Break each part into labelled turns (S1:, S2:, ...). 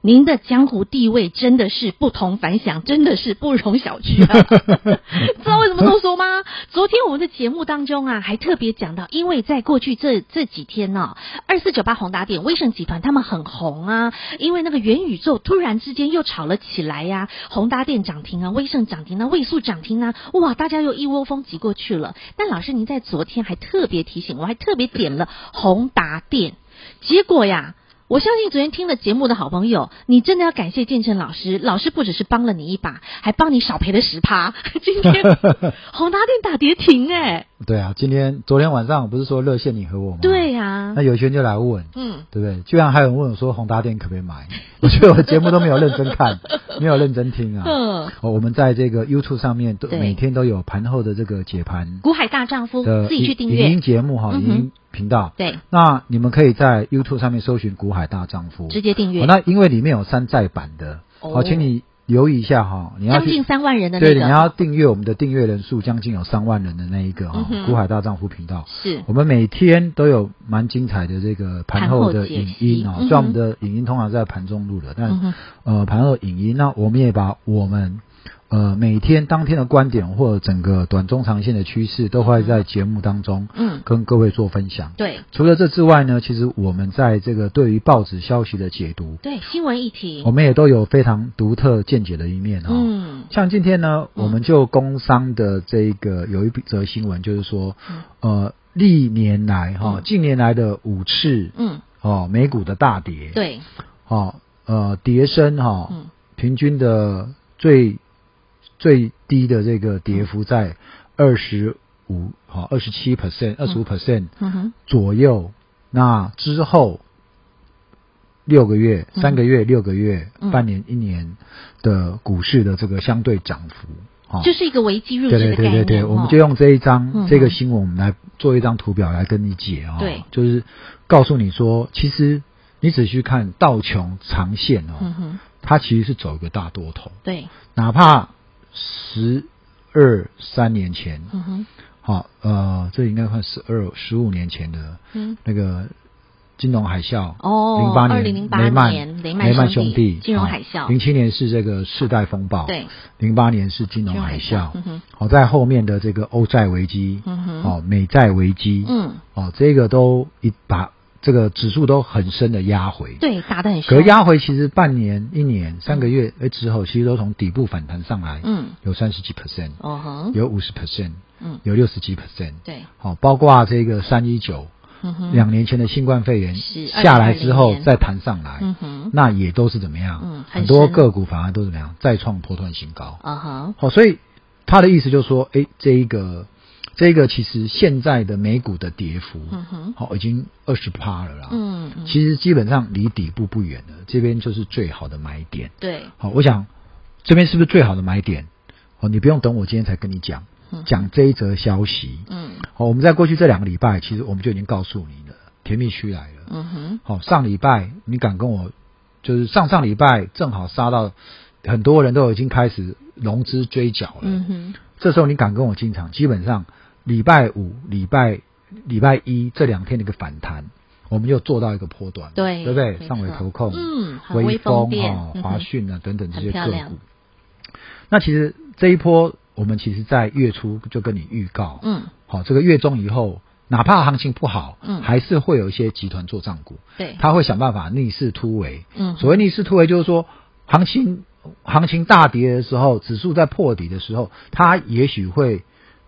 S1: 您的江湖地位真的是不同凡响，真的是不容小觑、啊。知道为什么这么说吗？昨天我们的节目当中啊，还特别讲到，因为在过去这这几天呢、二四九八宏达电、威盛集团他们很红啊，因为那个元宇宙突然之间又炒了起来呀、宏达电涨停啊，威盛涨停啊，位数涨停啊，哇，大家又一窝蜂挤过去了。但老师，您在昨天还特别提醒我，还特别点了宏达电，结果呀。我相信昨天听了节目的好朋友，你真的要感谢建成老师，老师不只是帮了你一把，还帮你少赔了十趴。 今天宏达电打跌停哎、
S2: 对啊，今天昨天晚上我不是说热线你和我吗？、
S1: 对呀、
S2: 那有些人就来问，
S1: 嗯，
S2: 对不对？居然还有人问我说宏达电可不可以买？ 我觉得我节目都没有认真 看，没有认真听啊。
S1: 嗯，
S2: 哦，我们在这个 YouTube 上面都
S1: 对
S2: 每天都有盘后的这个解盘
S1: 股海大丈夫
S2: 的
S1: 自己去订
S2: 影
S1: 阅
S2: 音，节目哈，
S1: 嗯
S2: 影
S1: 哼
S2: 音频道。
S1: 对，
S2: 那你们可以在 YouTube 上面搜寻“股海大丈夫”，
S1: 直接订
S2: 哦
S1: 阅，
S2: 那因为里面有山寨版的，
S1: 哦
S2: 好，请你留意一下哈，你要
S1: 将
S2: 去
S1: 近三万人的那
S2: 对，你
S1: 个
S2: 要订阅我们的订阅人数将近有三万人的那一个哈、
S1: 嗯哼
S2: 古海大丈夫频道。
S1: 是
S2: 我们每天都有蛮精彩的这个盘后的影音哦
S1: 盘后
S2: 虽
S1: 解析，
S2: 然我们的影音通常在盘中录的，
S1: 嗯
S2: 但
S1: 哼
S2: 呃盘后影音，那我们也把我们呃每天当天的观点或者整个短中长线的趋势都会在节目当中
S1: 嗯，
S2: 跟各位做分享。
S1: 对
S2: 除了这之外呢，其实我们在这个对于报纸消息的解读，
S1: 对，新闻议题
S2: 我，们也都有非常独特见解的一面哦。
S1: 嗯，
S2: 像今天呢，
S1: 嗯
S2: 我们就工商的这个有一则新闻，就是说
S1: 嗯，
S2: 呃，历年来哈
S1: 嗯，
S2: 近年来的五次
S1: 嗯，
S2: 哦，美股的大跌，，
S1: 对，
S2: 哦，呃，跌升哈
S1: 嗯，
S2: 平均的最最低的这个跌幅在二十五，好，二十七 percent，二十五 percent
S1: 嗯哼，
S2: 左右。那之后六个月、
S1: 嗯
S2: 三个月、六个月、
S1: 嗯
S2: 半年、一年的股市的这个相对涨幅，哈、
S1: 就是一个危机入
S2: 哦对对
S1: 市的概
S2: 对
S1: 念，
S2: 对对，
S1: 哦
S2: 我们就用这一张、
S1: 嗯
S2: 这个新闻，我们来做一张图表来跟你解啊、
S1: 对
S2: 就是告诉你说，其实你只去看道琼长线哦，
S1: 嗯哼，
S2: 它其实是走一个大多头，
S1: 对，
S2: 哪怕十二三年前，
S1: 嗯哼，
S2: 好、呃，这应该看十二十五年前的
S1: 嗯。
S2: 那个金融海啸，
S1: 哦
S2: 零八年
S1: 2008
S2: 雷曼
S1: 年雷曼
S2: 曼
S1: 兄
S2: 兄
S1: 弟
S2: 弟哦
S1: 金融海啸
S2: 零七、07年是这个世代风暴，
S1: 对，
S2: 零八年是金融
S1: 金融
S2: 海
S1: 海
S2: 啸
S1: 啸嗯哼，
S2: 好、在后面的这个欧债危机，
S1: 嗯哼
S2: 哦美债危机，
S1: 嗯，
S2: 哦这个都一把这个指数都很深的压回，
S1: 嗯对，打得很
S2: 可
S1: 凶。
S2: 是压回其实半年、一年、三个月，哎之后其实都从底部反弹上来，
S1: 嗯，
S2: 有三十几 percent，
S1: 哦哼，
S2: 有五十 percent，
S1: 嗯，
S2: 有六十几 percent，
S1: 对，
S2: 好、包括这个三一九。
S1: 嗯哼，
S2: 两年前的新冠肺炎
S1: 是
S2: 下来之
S1: 2020
S2: 后
S1: 年
S2: 再弹上来，
S1: 嗯哼，
S2: 那也都是怎么样？
S1: 嗯很
S2: 很多
S1: 深
S2: 个股反而都怎么样？再创波段新高。
S1: 啊哈，
S2: 好、所以他的意思就是说，哎，这一个，这一个其实现在的美股的跌幅，
S1: 嗯哼，
S2: 好、已经二十趴了啦。
S1: 嗯嗯，
S2: 其实基本上离底部不远了，这边就是最好的买点。
S1: 对，
S2: 好、我想这边是不是最好的买点？哦，你不用等我今天才跟你讲
S1: 嗯，
S2: 讲这一则消息。
S1: 嗯
S2: 好、我们在过去这两个礼拜，其实我们就已经告诉你了，甜蜜区来了。
S1: 嗯哼，
S2: 好、上礼拜你敢跟我，就是上上礼拜正好杀到，很多人都已经开始融资追缴了。
S1: 嗯哼，
S2: 这时候你敢跟我进场，基本上礼拜五、礼拜礼拜一这两天的一个反弹，我们又做到一个波段，
S1: 对
S2: 对不
S1: 没错
S2: 对？上尾投控、
S1: 嗯，很
S2: 微
S1: 风
S2: 风
S1: 电，
S2: 啊、
S1: 嗯哼
S2: 华讯啊等等这
S1: 很
S2: 些
S1: 漂
S2: 个
S1: 亮
S2: 股。那其实这一波，我们其实在月初就跟你预告，
S1: 嗯，
S2: 好、这个月中以后，哪怕行情不好，
S1: 嗯
S2: 还是会有一些集团做账股，
S1: 对，
S2: 他会想办法逆势突围。
S1: 嗯，
S2: 所谓逆势突围，就是说行情行情大跌的时候，指数在破底的时候，它也许会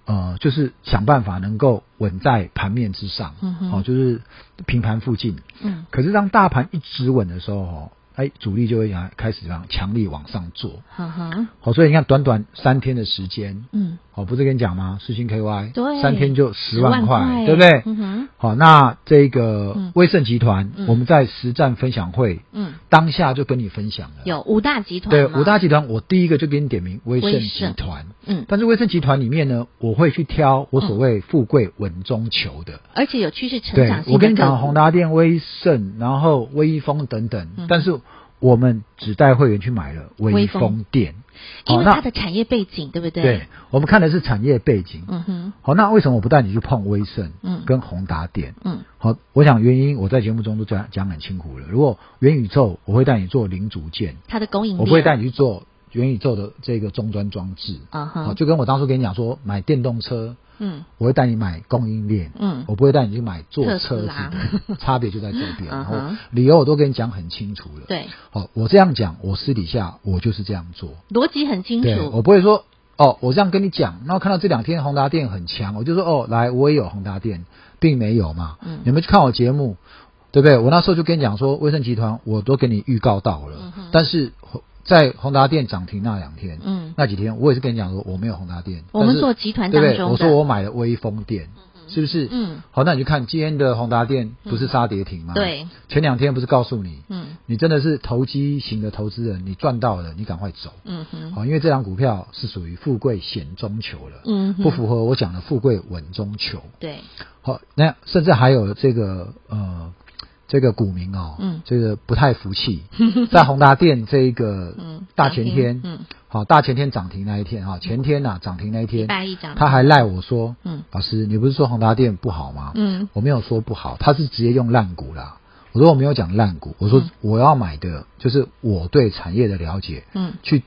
S2: 呃，就是想办法能够稳在盘面之上，
S1: 嗯哼
S2: 哦，就是平盘附近。
S1: 嗯
S2: 可是当大盘一直稳的时候，哦，哎，主力就会啊开始啊强力往上做。
S1: 哈哈，
S2: 好、所以你看短短三天的时间，
S1: 嗯，
S2: 哦，不是跟你讲吗？世星 KY，
S1: 对
S2: 三天就十
S1: 10万
S2: 万
S1: 块
S2: 块，对不对？
S1: 嗯哼
S2: 好，那这
S1: 嗯
S2: 个威盛集团，
S1: 嗯
S2: 我们在实战分享会，
S1: 嗯，
S2: 当下就跟你分享了。
S1: 有五大集团，
S2: 对五大，集团，我第一个就给你点名威盛集团。
S1: 嗯，
S2: 但是威盛集团里面呢，我会去挑我所谓富贵稳中求的。
S1: 而且有趋势嗯成
S2: 对
S1: 长，性
S2: 我跟你
S1: 个
S2: 讲，
S1: 股
S2: 宏达电、威盛，然后威风等等，
S1: 嗯
S2: 但是我们只带会员去买了
S1: 威
S2: 威
S1: 风
S2: 风电。
S1: 因
S2: 哦好
S1: 为
S2: 那
S1: 它的产业背景，对不对？，
S2: 对，我们看的是产业背景。
S1: 嗯哼，
S2: 好，那为什么我不带你去碰威盛？
S1: 嗯
S2: 跟宏达电。
S1: 嗯，
S2: 好，我想原因我在节目中都讲讲很清楚了。如果元宇宙，我会带你做零组件，
S1: 它的供应链，
S2: 我不会带你去做元宇宙的这个终端装置。
S1: 啊
S2: 好，
S1: 哈，
S2: 就跟我当初跟你讲说，买电动车，
S1: 嗯
S2: 我会带你买供应链，
S1: 嗯
S2: 我不会带你去买做
S1: 特斯
S2: 车子
S1: 拉
S2: 的，差别就在这 边。
S1: 嗯
S2: 然
S1: 哼
S2: 后理由我都跟你讲很清楚了。，
S1: 对，
S2: 好，我这样讲，我私底下我就是这样做。
S1: 逻辑很清
S2: 对，我
S1: 楚，
S2: 不会说哦，我这样跟你讲，然后看到这两天宏达电很强，我就说哦，来我也有宏达电，并没有嘛。
S1: 嗯
S2: 你们去看我节目，对不对？我那时候就跟你讲说，威盛集团我都给你预告到了，
S1: 嗯哼
S2: 但是在宏达电涨停那两天，
S1: 嗯，
S2: 那几天我也是跟你讲说我没有宏达电，
S1: 我们
S2: 但是
S1: 做集团
S2: 对
S1: 当
S2: 不
S1: 中
S2: 对？
S1: 的，
S2: 我说我买了威风电，是不是？
S1: 嗯，
S2: 好，那你去看今天的宏达电不是杀跌停吗？，
S1: 对，
S2: 前两天不是告诉你，
S1: 嗯
S2: 你真的是投机型的投资人，你赚到了，你赶快走。
S1: 嗯哼，
S2: 好，哦因为这张股票是属于富贵险中求了，
S1: 嗯哼
S2: 不符合我讲的富贵稳中求。
S1: 对，
S2: 好，那甚至还有这个呃，这个股民哦，
S1: 嗯
S2: 这个不太服 气，在宏达电这一个
S1: 嗯
S2: 大前天，
S1: 嗯，
S2: 好大前天涨停那一天啊，前天呐、涨停那一
S1: 礼
S2: 天，
S1: 拜一涨，
S2: 他还赖我说，
S1: 嗯
S2: 老师你不是说宏达电不好吗？
S1: 嗯
S2: 我没有说不好，他是直接用烂股啦。我说我没有讲烂股，我说
S1: 嗯
S2: 我要买的就是我对产业的了解，
S1: 嗯
S2: 去，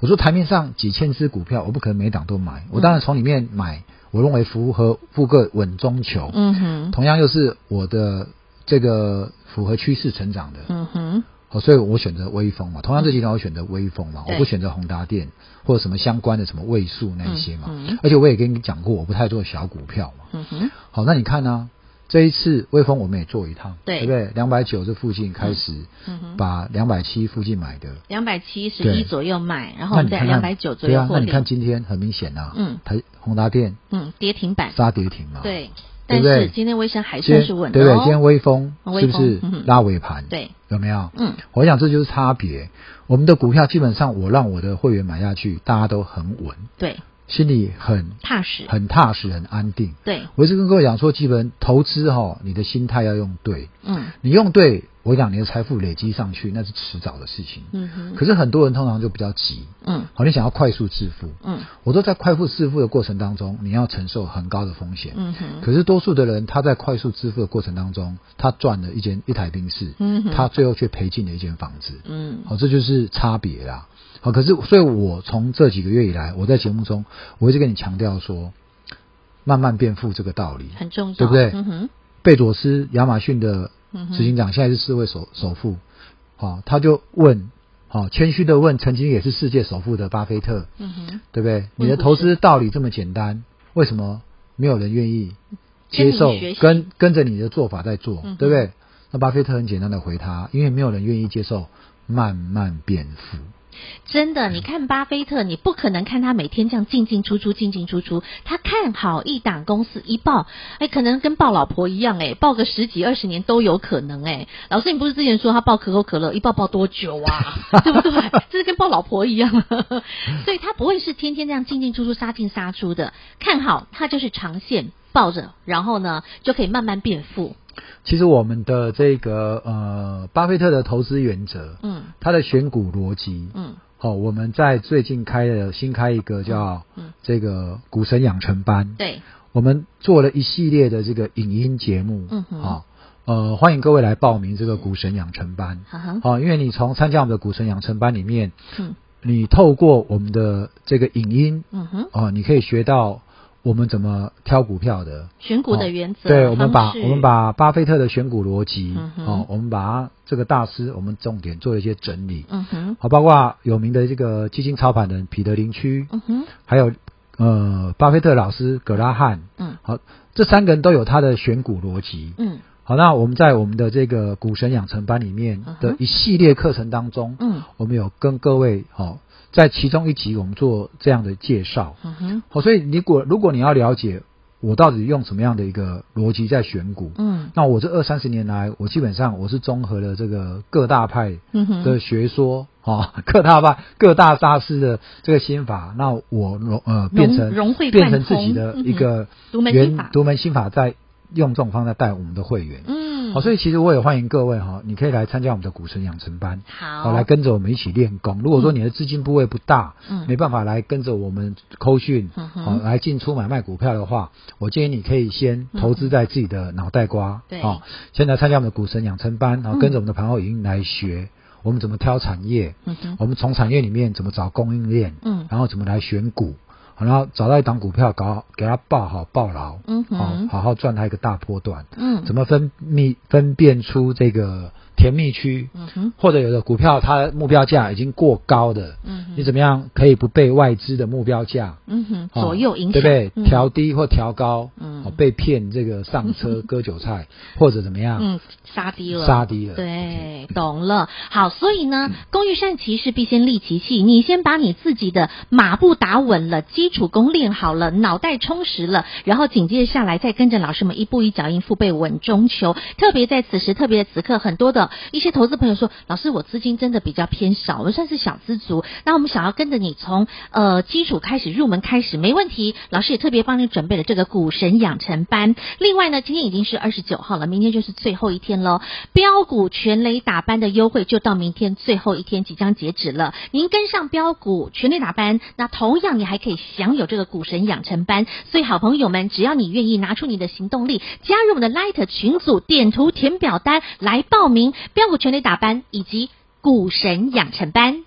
S2: 我说台面上几千只股票，我不可能每档都买，我
S1: 嗯
S2: 当然从里面买，我认为符合富个稳中求，
S1: 嗯哼，
S2: 同样又是我的这个符合趋势成长的，
S1: 嗯哼，
S2: 好，所以我选择微风嘛，同样这集团我选择微风嘛，
S1: 对
S2: 我不选择宏达电或者什么相关的什么位数那一些嘛，
S1: 嗯嗯
S2: 而且我也跟你讲过，我不太做小股票嘛，
S1: 嗯哼，
S2: 好，那你看呢、这一次微风我们也做一趟，
S1: 对
S2: 不对？两百九这附近开始
S1: 嗯哼，
S2: 把两百七附近买的，
S1: 两百七十一
S2: 对
S1: 左右买，然后
S2: 那
S1: 我们
S2: 你
S1: 在
S2: 看
S1: 两
S2: 看
S1: 百九左
S2: 对
S1: 右
S2: 啊，
S1: 获
S2: 那你
S1: 利，
S2: 看今天很明显啊，
S1: 嗯
S2: 台宏达电
S1: 嗯，跌停板，
S2: 杀跌停嘛，，
S1: 对，
S2: 对
S1: 但
S2: 不对
S1: 是今天微升还
S2: 今
S1: 算
S2: 天
S1: 是稳的
S2: 对不对？今天
S1: 哦，
S2: 微风
S1: 微
S2: 是不
S1: 风
S2: 是
S1: 嗯哼
S2: 拉尾盘？，
S1: 对，
S2: 有没有？
S1: 嗯
S2: 我想这就是差别。我们的股票基本上，我让我的会员买下去，大家都很稳，
S1: 对，
S2: 心里很
S1: 踏实，
S2: 很踏实，很安定。
S1: 对，
S2: 我一直跟各位讲说，基本投资哈、你的心态要用对，
S1: 嗯
S2: 你用对，我讲你的财富累积上去，那是迟早的事情。
S1: 嗯哼，
S2: 可是很多人通常就比较急，
S1: 嗯
S2: 好，你想要快速致富，
S1: 嗯
S2: 我都在快速致富的过程当中，你要承受很高的风险。
S1: 嗯哼，
S2: 可是多数的人，他在快速致富的过程当中，他赚了一间一台宾士，
S1: 嗯哼
S2: 他最后却赔进了一间房子。
S1: 嗯
S2: 好、这就是差别啦。好，可是所以，我从这几个月以来，我在节目中，我一直跟你强调说，慢慢变富这个道理。
S1: 很重要，
S2: 对不对
S1: 嗯哼，
S2: 贝佐斯，亚马逊的
S1: 嗯哼
S2: 执行长，现在是世界首首富。好、他就问，好、谦虚的问，曾经也是世界首富的巴菲特，
S1: 嗯哼，
S2: 对不对？
S1: 问
S2: 你的
S1: 股
S2: 投
S1: 市
S2: 资道理这么简单，为什么没有人愿意接
S1: 跟
S2: 受
S1: 你学习
S2: 跟跟着你的做法在做，
S1: 嗯哼
S2: 对不对？那巴菲特很简单的回他，因为没有人愿意接受慢慢变富。
S1: 真的，你看巴菲特，你不可能看他每天这样进进出出、进进出出。他看好一档公司一报，哎，可能跟抱老婆一样，哎，抱个十几二十年都有可能，哎。老师，你不是之前说他抱可口可乐一抱抱多久啊？ 对不对？这是跟抱老婆一样， 所以他不会是天天这样进进出出、杀进杀出的。看好他就是长线抱着，然后呢就可以慢慢变富。
S2: 其实我们的这个呃，巴菲特的投资原则，
S1: 嗯
S2: 他的选股逻辑，
S1: 嗯
S2: 好、我们在最近开了新开一个叫
S1: 嗯，
S2: 这个股神养成班，
S1: 对，
S2: 我们做了一系列的这个影音节目，
S1: 嗯哼
S2: 好、呃，欢迎各位来报名这个股神养成班，
S1: 哈哈，
S2: 哦好、因为你从参加我们的股神养成班里面，
S1: 嗯
S2: 你透过我们的这个影音，
S1: 嗯哼，
S2: 哦、你可以学到我们怎么挑股票的，
S1: 选股
S2: 哦
S1: 的原则，
S2: 对，我们把
S1: 啊方式
S2: 我们把巴菲特的选股逻辑，
S1: 嗯哼
S2: 哦，我们把它这个大师，我们重点做了一些整理，
S1: 嗯哼
S2: 好，包括有名的这个基金操盘人彼得林区，
S1: 嗯哼。
S2: 还有呃巴菲特老师葛拉汉，
S1: 嗯
S2: 好，这三个人都有他的选股逻辑，
S1: 嗯
S2: 好，那我们在我们的这个股神养成班里面的一系列课程当中，
S1: 嗯
S2: 我们有跟各位哦，在其中一集我们做这样的介绍。
S1: 嗯哼，
S2: 好，所以你果如果你要了解我到底用什么样的一个逻辑在选股，
S1: 嗯
S2: 那我这二三十年来，我基本上我是综合了这个各大派
S1: 嗯哼，
S2: 的学说啊、各大派各大大师的这个心法，那我融呃变成
S1: 融会贯
S2: 变
S1: 通
S2: 成自己的一个
S1: 嗯哼独门
S2: 原
S1: 心法
S2: 独门心法，在用这种方式带我们的会员。
S1: 嗯，
S2: 好，所以其实我也欢迎各位哈、你可以来参加我们的股神养成班，
S1: 好，
S2: 好来跟着我们一起练功。如果说你的资金部位不大，
S1: 嗯
S2: 没办法来跟着我们扣讯，
S1: 嗯哼
S2: 好、来进出买卖股票的话，我建议你可以先投资在自己的脑袋瓜，
S1: 对
S2: 好先来参加我们的股神养成班，然后
S1: 嗯
S2: 跟着我们的盘后影音来学。我们怎么挑产业？
S1: 嗯哼，
S2: 我们从产业里面怎么找供应链？
S1: 嗯
S2: 然后怎么来选股？好然后找到一档股票，搞好给它抱好抱牢，
S1: 嗯
S2: 好、
S1: 哼
S2: 好好赚它一个大波段。
S1: 嗯，
S2: 怎
S1: 么，
S2: 么分泌分辨出这个甜蜜区？
S1: 嗯哼，
S2: 或者有的股票它目标价已经过高的，
S1: 嗯哼
S2: 你怎么样可以不被外资的目标价
S1: 嗯哼，
S2: 哦
S1: 左右影响，
S2: 对不对？
S1: 嗯
S2: 调低或调高，
S1: 嗯
S2: 哦被骗这个上 车割韭菜，或者怎么样？
S1: 嗯，杀低了，
S2: 杀低了
S1: 对，懂了。好，所以呢，工欲善其事，必先利其器。你先把你自己的马步打稳了，基础功练好了，脑袋充实了，然后紧接着下来再跟着老师们一步一脚印，腹背稳中求。特别在此时，特别此刻，很多的一些投资朋友说，老师，我资金真的比较偏少，我们算是小资族，那我们想要跟着你从呃基础开始入门开始，没问题。老师也特别帮你准备了这个股神养成班。另外呢，今天已经是二十九号了，明天就是最后一天喽。标股全雷打班的优惠就到明天最后一天，即将截止了。您跟上标股全雷打班，那同样你还可以享有这个股神养成班。所以好朋友们，只要你愿意拿出你的行动力，加入我们的 Light 群组，点图填表单来报名标股全雷打班以及股神养成班。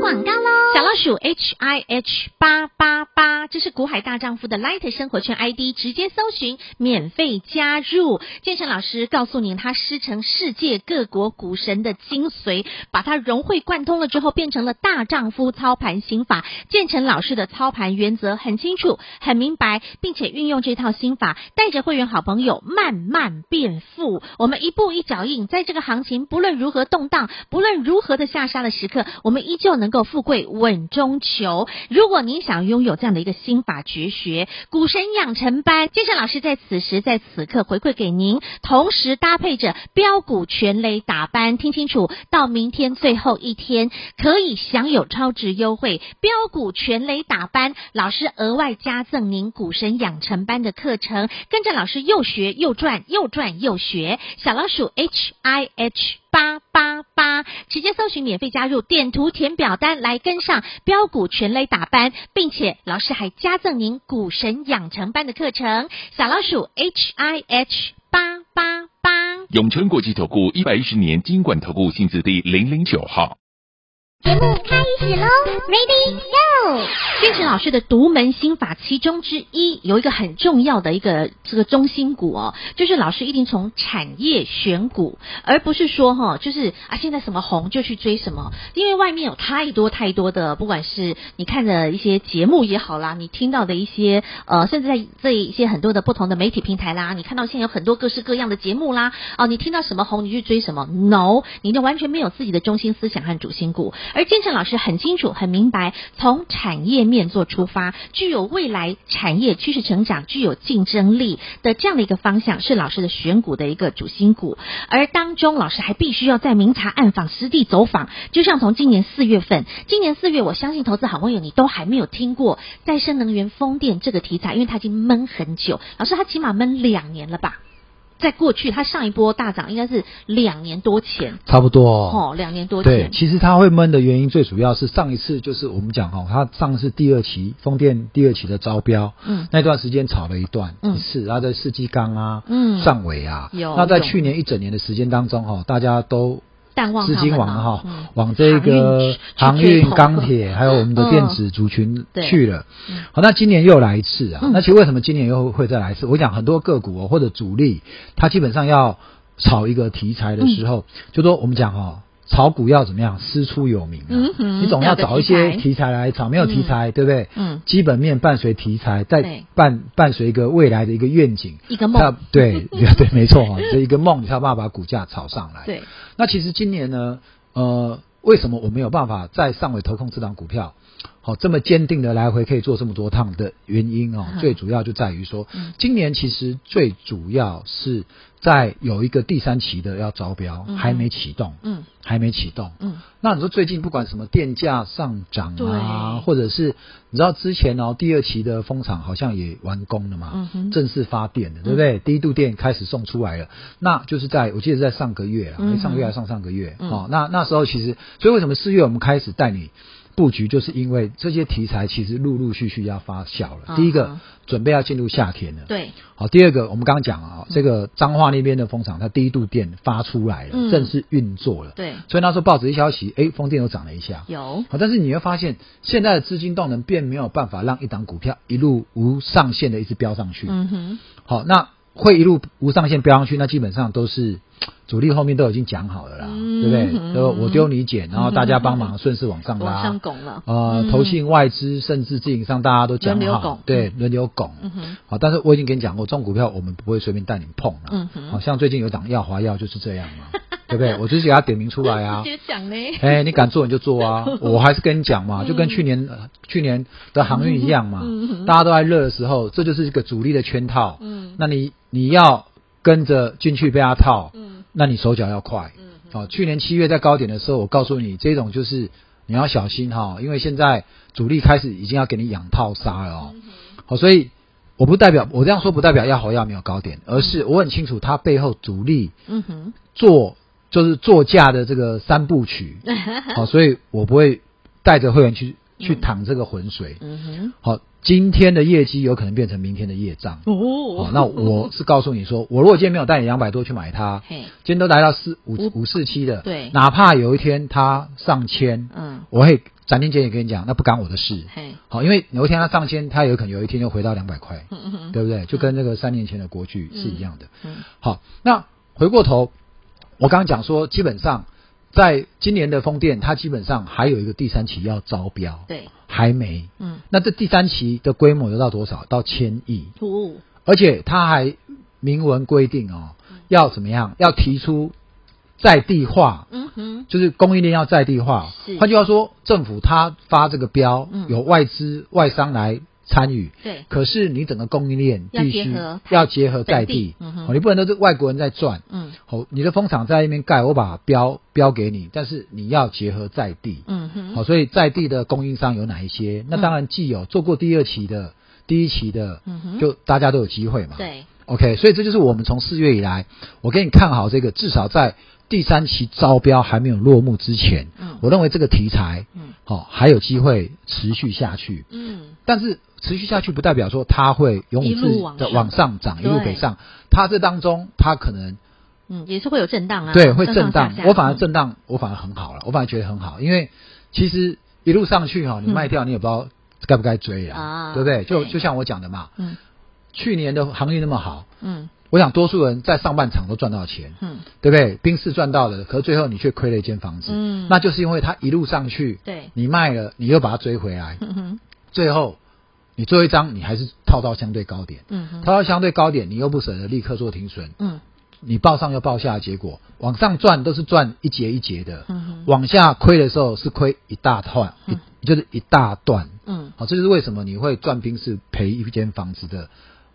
S1: 广告喽！小老鼠 H I H 八八八，这是股海大丈夫的 Light 生活圈 ID，直接搜寻免费加入。建成老师告诉您，他师承世界各国股神的精髓，把它融会贯通了之后，变成了大丈夫操盘心法。建成老师的操盘原则很清楚、很明白，并且运用这套心法，带着会员好朋友慢慢变富。我们一步一脚印，在这个行情不论如何动荡，不论如何的下杀的时刻，我们依旧能够富贵稳中求。如果您想拥有这样的一个心法绝学，股神养成班，建设老师在此时在此刻回馈给您，同时搭配着标股全雷打班，听清楚，到明天最后一天可以享有超值优惠，标股全雷打班，老师额外加赠您股神养成班的课程，跟着老师又学又赚，又赚又学。小老鼠 H I H 八八八，直接搜寻免费加入，点图填表单来跟上标股全雷打班，并且老师还加赠您股神养成班的课程。小老鼠 H I H 八八八。
S3: 永诚国际投顾一百一十年金管投顾性质第零零九号。
S4: 节目开始喽，Ready Go！
S1: 建成老师的独门心法其中之一，有一个很重要的一个这个中心股哦，就是老师一定从产业选股，而不是说哈、就是啊现在什么红就去追什么，因为外面有太多太多的，不管是你看的一些节目也好啦，你听到的一些呃，甚至在这一些很多的不同的媒体平台啦，你看到现在有很多各式各样的节目啦，哦、你听到什么红你去追什么，no，你就完全没有自己的中心思想和主心骨。而建成老师很清楚、很明白，从产业面做出发，具有未来产业趋势成长、具有竞争力的这样的一个方向，是老师的选股的一个主心骨。而当中，老师还必须要在明察暗访、实地走访。就像从今年四月份，今年四月，我相信投资好朋友你都还没有听过再生能源、风电这个题材，因为它已经闷很久。老师，它起码闷两年了吧？在过去，它上一波大涨应该是两年多前，
S2: 差不多
S1: 哦，两年多
S2: 对
S1: 前，，
S2: 其实它会闷的原因，最主要是上一次就是我们讲哦，它上次第二期风电第二期的招标，
S1: 嗯
S2: 那段时间炒了一段、
S1: 嗯
S2: 一次，然后在世纪钢啊、
S1: 嗯
S2: 上尾啊，
S1: 有
S2: 那在
S1: 有
S2: 去年一整年的时间当中哦，大家都
S1: 淡忘
S2: 资
S1: 他
S2: 金
S1: 们
S2: 往
S1: 了
S2: 哈、
S1: 嗯
S2: 往这个
S1: 航
S2: 航
S1: 运去去追
S2: 运、
S1: 捧嗯
S2: 钢铁，还有我们的电子族群
S1: 对
S2: 去了。
S1: 嗯
S2: 好，那今年又来一次啊。
S1: 嗯
S2: 那其实为什么今年又会再来一次？我讲很多个股、哦、
S1: 嗯
S2: 或者主力，它基本上要炒一个题材的时候，就说我们讲哦，炒股要怎么样师出有名啊？
S1: 嗯哼
S2: 你总要找一
S1: 要有
S2: 些
S1: 个题材
S2: 题材来炒，没有题材，对不对？
S1: 嗯
S2: 基本面伴随题材，
S1: 对
S2: 再伴伴随一个未来的一个愿景，
S1: 一个
S2: 那
S1: 梦，
S2: 对 对，没错啊，这一个梦，你才有办法把股价炒上来。
S1: 对，
S2: 那其实今年呢，呃，为什么我没有办法在上尾投控这档股票，好、这么坚定的来回可以做这么多趟的原因哦，
S1: 嗯
S2: 最主要就在于说
S1: 嗯，
S2: 今年其实最主要是在有一个第三期的要招标
S1: 嗯哼
S2: 还没启动，
S1: 嗯
S2: 还没启动。
S1: 嗯，
S2: 那你说最近不管什么电价上涨啊
S1: 对，
S2: 或者是你知道之前哦，第二期的风场好像也完工了嘛，
S1: 嗯哼嗯
S2: 正式发电了，对不对？第一度电开始送出来了，那就是在我记得是在上个月啊，
S1: 嗯哼
S2: 上个月还是上上个月、
S1: 嗯
S2: 哦，那那时候其实，所以为什么四月我们开始带你布局，就是因为这些题材其实陆陆续续要发酵了。
S1: 啊
S2: 第一个
S1: 啊，
S2: 准备要进入夏天了。
S1: 对，嗯
S2: 好，第二个，我们刚刚讲啊，这个彰化那边的风场，它第一度电发出来了，
S1: 嗯
S2: 正式运作了。
S1: 对
S2: 所以那时候报纸一消息，哎，风电又涨了一下。
S1: 有，
S2: 好，但是你会发现，现在的资金动能并没有办法让一档股票一路无上限的一直飙上去。
S1: 嗯哼，
S2: 好，那会一路无上限飙上去，那基本上都是主力后面都已经讲好了啦，
S1: 嗯
S2: 对不对？对吧我丢你捡，然后大家帮忙顺势往上
S1: 往上
S2: 拉。
S1: 拱了，
S2: 呃，
S1: 嗯
S2: 投信、外资甚至自营商，大家都讲
S1: 轮流拱
S2: 好，对，轮流拱。
S1: 嗯哼，
S2: 好，但是我已经跟你讲过，这种股票我们不会随便带你碰了。
S1: 嗯哼
S2: 好像最近有档耀华药就是这样 嘛，对不对？我就是给他点名出来啊
S1: 直。接讲呢，
S2: 哎，你敢做你就做啊！我还是跟你讲嘛，就跟去年、呃去年的航运一样嘛，
S1: 嗯哼
S2: 大家都在热的时候，这就是一个主力的圈套。
S1: 嗯
S2: 那你你要跟着进去被他套，
S1: 嗯
S2: 那你手脚要快。
S1: 嗯哼
S2: 哦，去年七月在高点的时候，我告诉你，这种就是你要小心哈、因为现在主力开始已经要给你养套杀了
S1: 嗯
S2: 哦。好、所以我不代表我这样说不代表要好要没有高点，而是我很清楚它背后主力
S1: 嗯哼，
S2: 做就是做价的这个三部 曲。好、所以我不会带着会员去去淌这个浑水。
S1: 嗯哼，
S2: 好、今天的业绩有可能变成明天的业障。
S1: 哦
S2: 哦，那我是告诉你 说，我如果今天没有带你两百多去买它，
S1: 嘿，
S2: 今天都来到四五
S1: 五
S2: 五四七的，
S1: 对
S2: 哪怕有一天它上千，
S1: 嗯
S2: 我会斩钉截铁跟你讲，那不干我的事。
S1: 嘿，
S2: 好，因为有一天它上千，它有可能有一天又回到两百块，
S1: 嗯哼，
S2: 对不对？就跟那个三年前的国巨是一样的。
S1: 嗯
S2: 好，那回过头，我刚刚讲说，基本上在今年的风电，它基本上还有一个第三期要招标，
S1: 对，
S2: 还没。
S1: 嗯，
S2: 那这第三期的规模有到多少？到千亿。
S1: 哦，
S2: 而且他还明文规定哦，要怎么样？要提出在地化，
S1: 嗯哼，
S2: 就是供应链要在地化
S1: 是。
S2: 换句话说，政府他发这个标
S1: 嗯，
S2: 有外资外商来参与。
S1: 对，
S2: 可是你整个供应链必须
S1: 要结合
S2: 要结合在地，
S1: 本地嗯哼
S2: 哦你不能都是外国人在赚。
S1: 嗯
S2: 好，你的风场在那边盖，我把标标给你，但是你要结合在地。
S1: 嗯哼，
S2: 好，所以在地的供应商有哪一些？那当然既有做过第二期的、第一期的
S1: 嗯哼，
S2: 就大家都有机会嘛。
S1: 对，
S2: OK，所以这就是我们从四月以来，我给你看好这个，至少在第三期招标还没有落幕之前，
S1: 嗯
S2: 我认为这个题材，
S1: 嗯
S2: 好、还有机会持续下去。
S1: 嗯
S2: 但是持续下去不代表说它会永
S1: 一
S2: 无
S1: 路
S2: 止
S1: 往
S2: 的
S1: 上
S2: 往上涨，一路
S1: 对
S2: 北上。它这当中，它可能
S1: 嗯，也是会有震荡啊，
S2: 对，会
S1: 上
S2: 震
S1: 上
S2: 荡
S1: 下。嗯下
S2: 我反而，震荡，我反而很好了，我反而觉得很好，因为其实一路上去哈、你
S1: 嗯
S2: 卖掉你也不知道该不该追
S1: 啊
S2: 啊，对不对？就
S1: 对
S2: 就像我讲的嘛，
S1: 嗯
S2: 去年的航运那么好，
S1: 嗯
S2: 我想多数人在上半场都赚到钱，
S1: 嗯，
S2: 对不对？冰室赚到了，可是最后你却亏了一间房子，
S1: 嗯
S2: 那就是因为它一路上去，
S1: 对，
S2: 你卖了，你又把它追回来，
S1: 嗯哼，
S2: 最后你最后一张你还是套到相对高点，
S1: 嗯哼
S2: 套，到相对高点，你又不舍得立刻做停损，
S1: 嗯
S2: 你报上又报下，结果往上赚都是赚一节一节的，
S1: 嗯哼，
S2: 往下亏的时候是亏一大段，
S1: 嗯
S2: 一就是一大段，
S1: 嗯
S2: 好，这就是为什么你会赚兵是赔一间房子的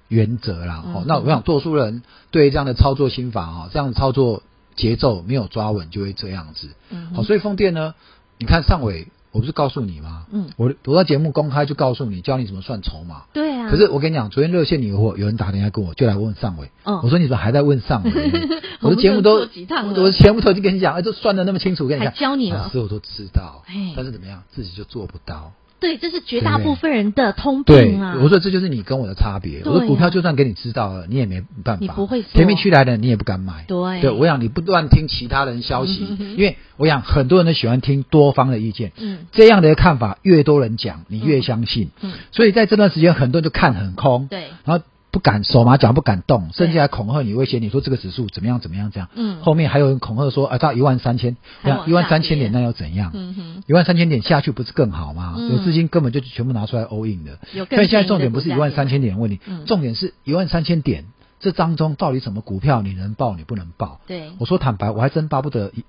S2: 原则啦。
S1: 嗯
S2: 哦，那我想多数人对于这样的操作心法哦，这样的操作节奏没有抓稳，就会这样子。
S1: 嗯
S2: 好，
S1: 哼，
S2: 所以风电呢，你看上尾，我不是告诉你吗？
S1: 嗯，
S2: 我我在节目公开就告诉你，教你怎么算筹码。
S1: 对啊，
S2: 可是我跟你讲，昨天热线你有货，有人打电话跟我，就来问上尾。
S1: 哦？
S2: 我说你怎么还在问上尾呢 我的节目
S1: 我
S2: 都，
S1: 们都做几趟了
S2: 我的节目头就跟你讲，哎，都算的那么清楚，跟你讲，
S1: 还教你了
S2: 老师我都知道
S1: 哎，
S2: 但是怎么样，自己就做不到。
S1: 对，这是绝
S2: 对
S1: 大
S2: 对
S1: 部分人的通
S2: 对
S1: 病啊，，
S2: 我说这就是你跟我的差别。
S1: 对啊
S2: 我说股票就算给你知道了，你也没办法，
S1: 你不会做
S2: 甜蜜区来的，你也不敢买。
S1: 对
S2: 我想你不断听其他人消息
S1: 嗯哼，哼
S2: 因为我想很多人都喜欢听多方的意见。
S1: 嗯
S2: 这样的看法越多人讲，你越相信。
S1: 嗯
S2: 所以在这段时间，很多人就看很空。
S1: 对
S2: 然后不敢手麻脚不敢动，
S1: 对
S2: 甚至还恐吓你、威胁你说这个指数怎么样怎么样这样。
S1: 嗯
S2: 后面还有人恐吓说，啊，到一万三千，
S1: 还往
S2: 一万
S1: 下
S2: 三
S1: 跌
S2: 千点那又怎样？
S1: 嗯哼，
S2: 一万三千点下去不是更好吗？
S1: 嗯
S2: 有资金根本就全部拿出来 all in 的。
S1: 有更
S2: 所以现
S1: 便宜
S2: 在
S1: 的
S2: 重点不是一万三千点的问题，
S1: 嗯
S2: 重点是一万三千点这当中到底什么股票你能报你不能报？
S1: 对，
S2: 我说坦白，我还真巴不 得一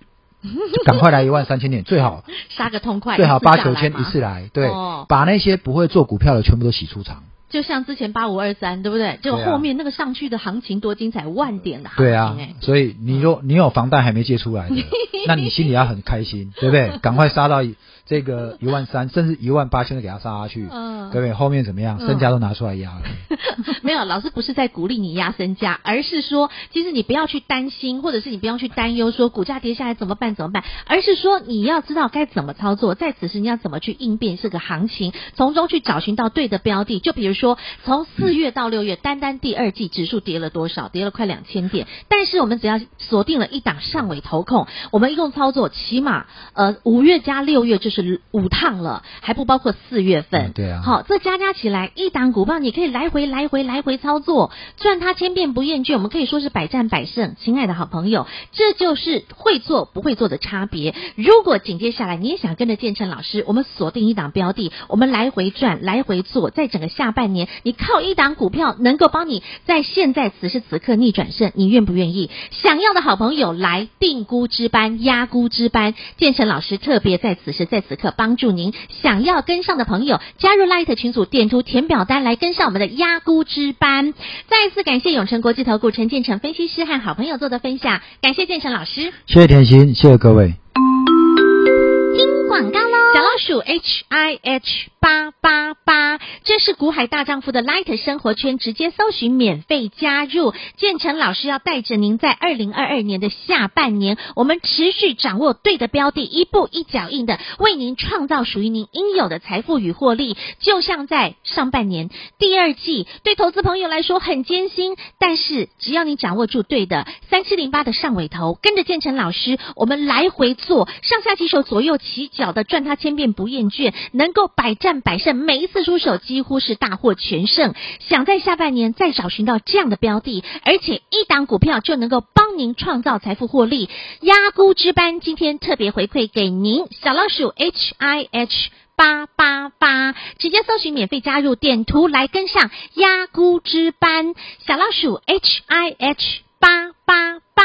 S2: 赶快来一万三千点，最好
S1: 杀个痛快，
S2: 最好
S1: 一次下
S2: 八
S1: 来
S2: 九千
S1: 嘛
S2: 一次来，对
S1: 哦，
S2: 把那些不会做股票的全部都洗出场。
S1: 就像之前八五二三，对不对？就
S2: 对啊
S1: 后面那个上去的行情多精彩，万点的行情、
S2: 对啊
S1: 哎，
S2: 所以你若你有房贷还没借出 来的，那你心里要很开心，对不对？赶快杀到一这个一万三，甚至一万八千都给它杀下去，
S1: 嗯
S2: 对不对？后面怎么样？
S1: 嗯
S2: 身家都拿出来压了，
S1: 没有，老师不是在鼓励你压身价，而是说，其实你不要去担心，或者是你不要去担忧说股价跌下来怎么办怎么办，而是说你要知道该怎么操作，在此时你要怎么去应变这个行情，从中去找寻到对的标的。就比如说，从四月到六月，单单第二季指数跌了多少？跌了快两千点，但是我们只要锁定了一档上尾头控，我们一共操作起码呃五月加六月就是五趟了，还不包括四月份。
S2: 嗯对啊
S1: 好。好，这加加起来一档股票，你可以来回来回来回操作，赚它千遍不厌倦。我们可以说是百战百胜，亲爱的好朋友，这就是会做不会做的差别。如果紧接下来你也想跟着建成老师，我们锁定一档标的，我们来回赚，来回做，在整个下半年，你靠一档股票能够帮你在现在此时此刻逆转胜，你愿不愿意？想要的好朋友来定估值班、压估值班，建成老师特别在此时在此刻帮助您。想要跟上的朋友，加入 Light 群组，点图填表单来跟上我们的压估值班。再次感谢永诚国际投顾陈建成分析师和好朋友做的分享，感谢建成老师。
S2: 谢谢甜心，谢谢各位。
S1: 广告喽！小老鼠 H I H 八八八，这是股海大丈夫的 Light 生活圈，直接搜寻免费加入。建成老师要带着您在二零二二年的下半年，我们持续掌握对的标的，一步一脚印的为您创造属于您应有的财富与获利。就像在上半年第二季，对投资朋友来说很艰辛，但是只要你掌握住对的三七零八的上尾头，跟着建成老师，我们来回做上下起手左右起脚的赚它千遍不厌倦，能够百战百胜，每一次出手几乎是大获全胜。想在下半年再找寻到这样的标的，而且一档股票就能够帮您创造财富获利。压估值班今天特别回馈给您，小老鼠 H I H。八八八，直接搜寻免费加入，点图来跟上压估值班，小老鼠 H I H 八八八。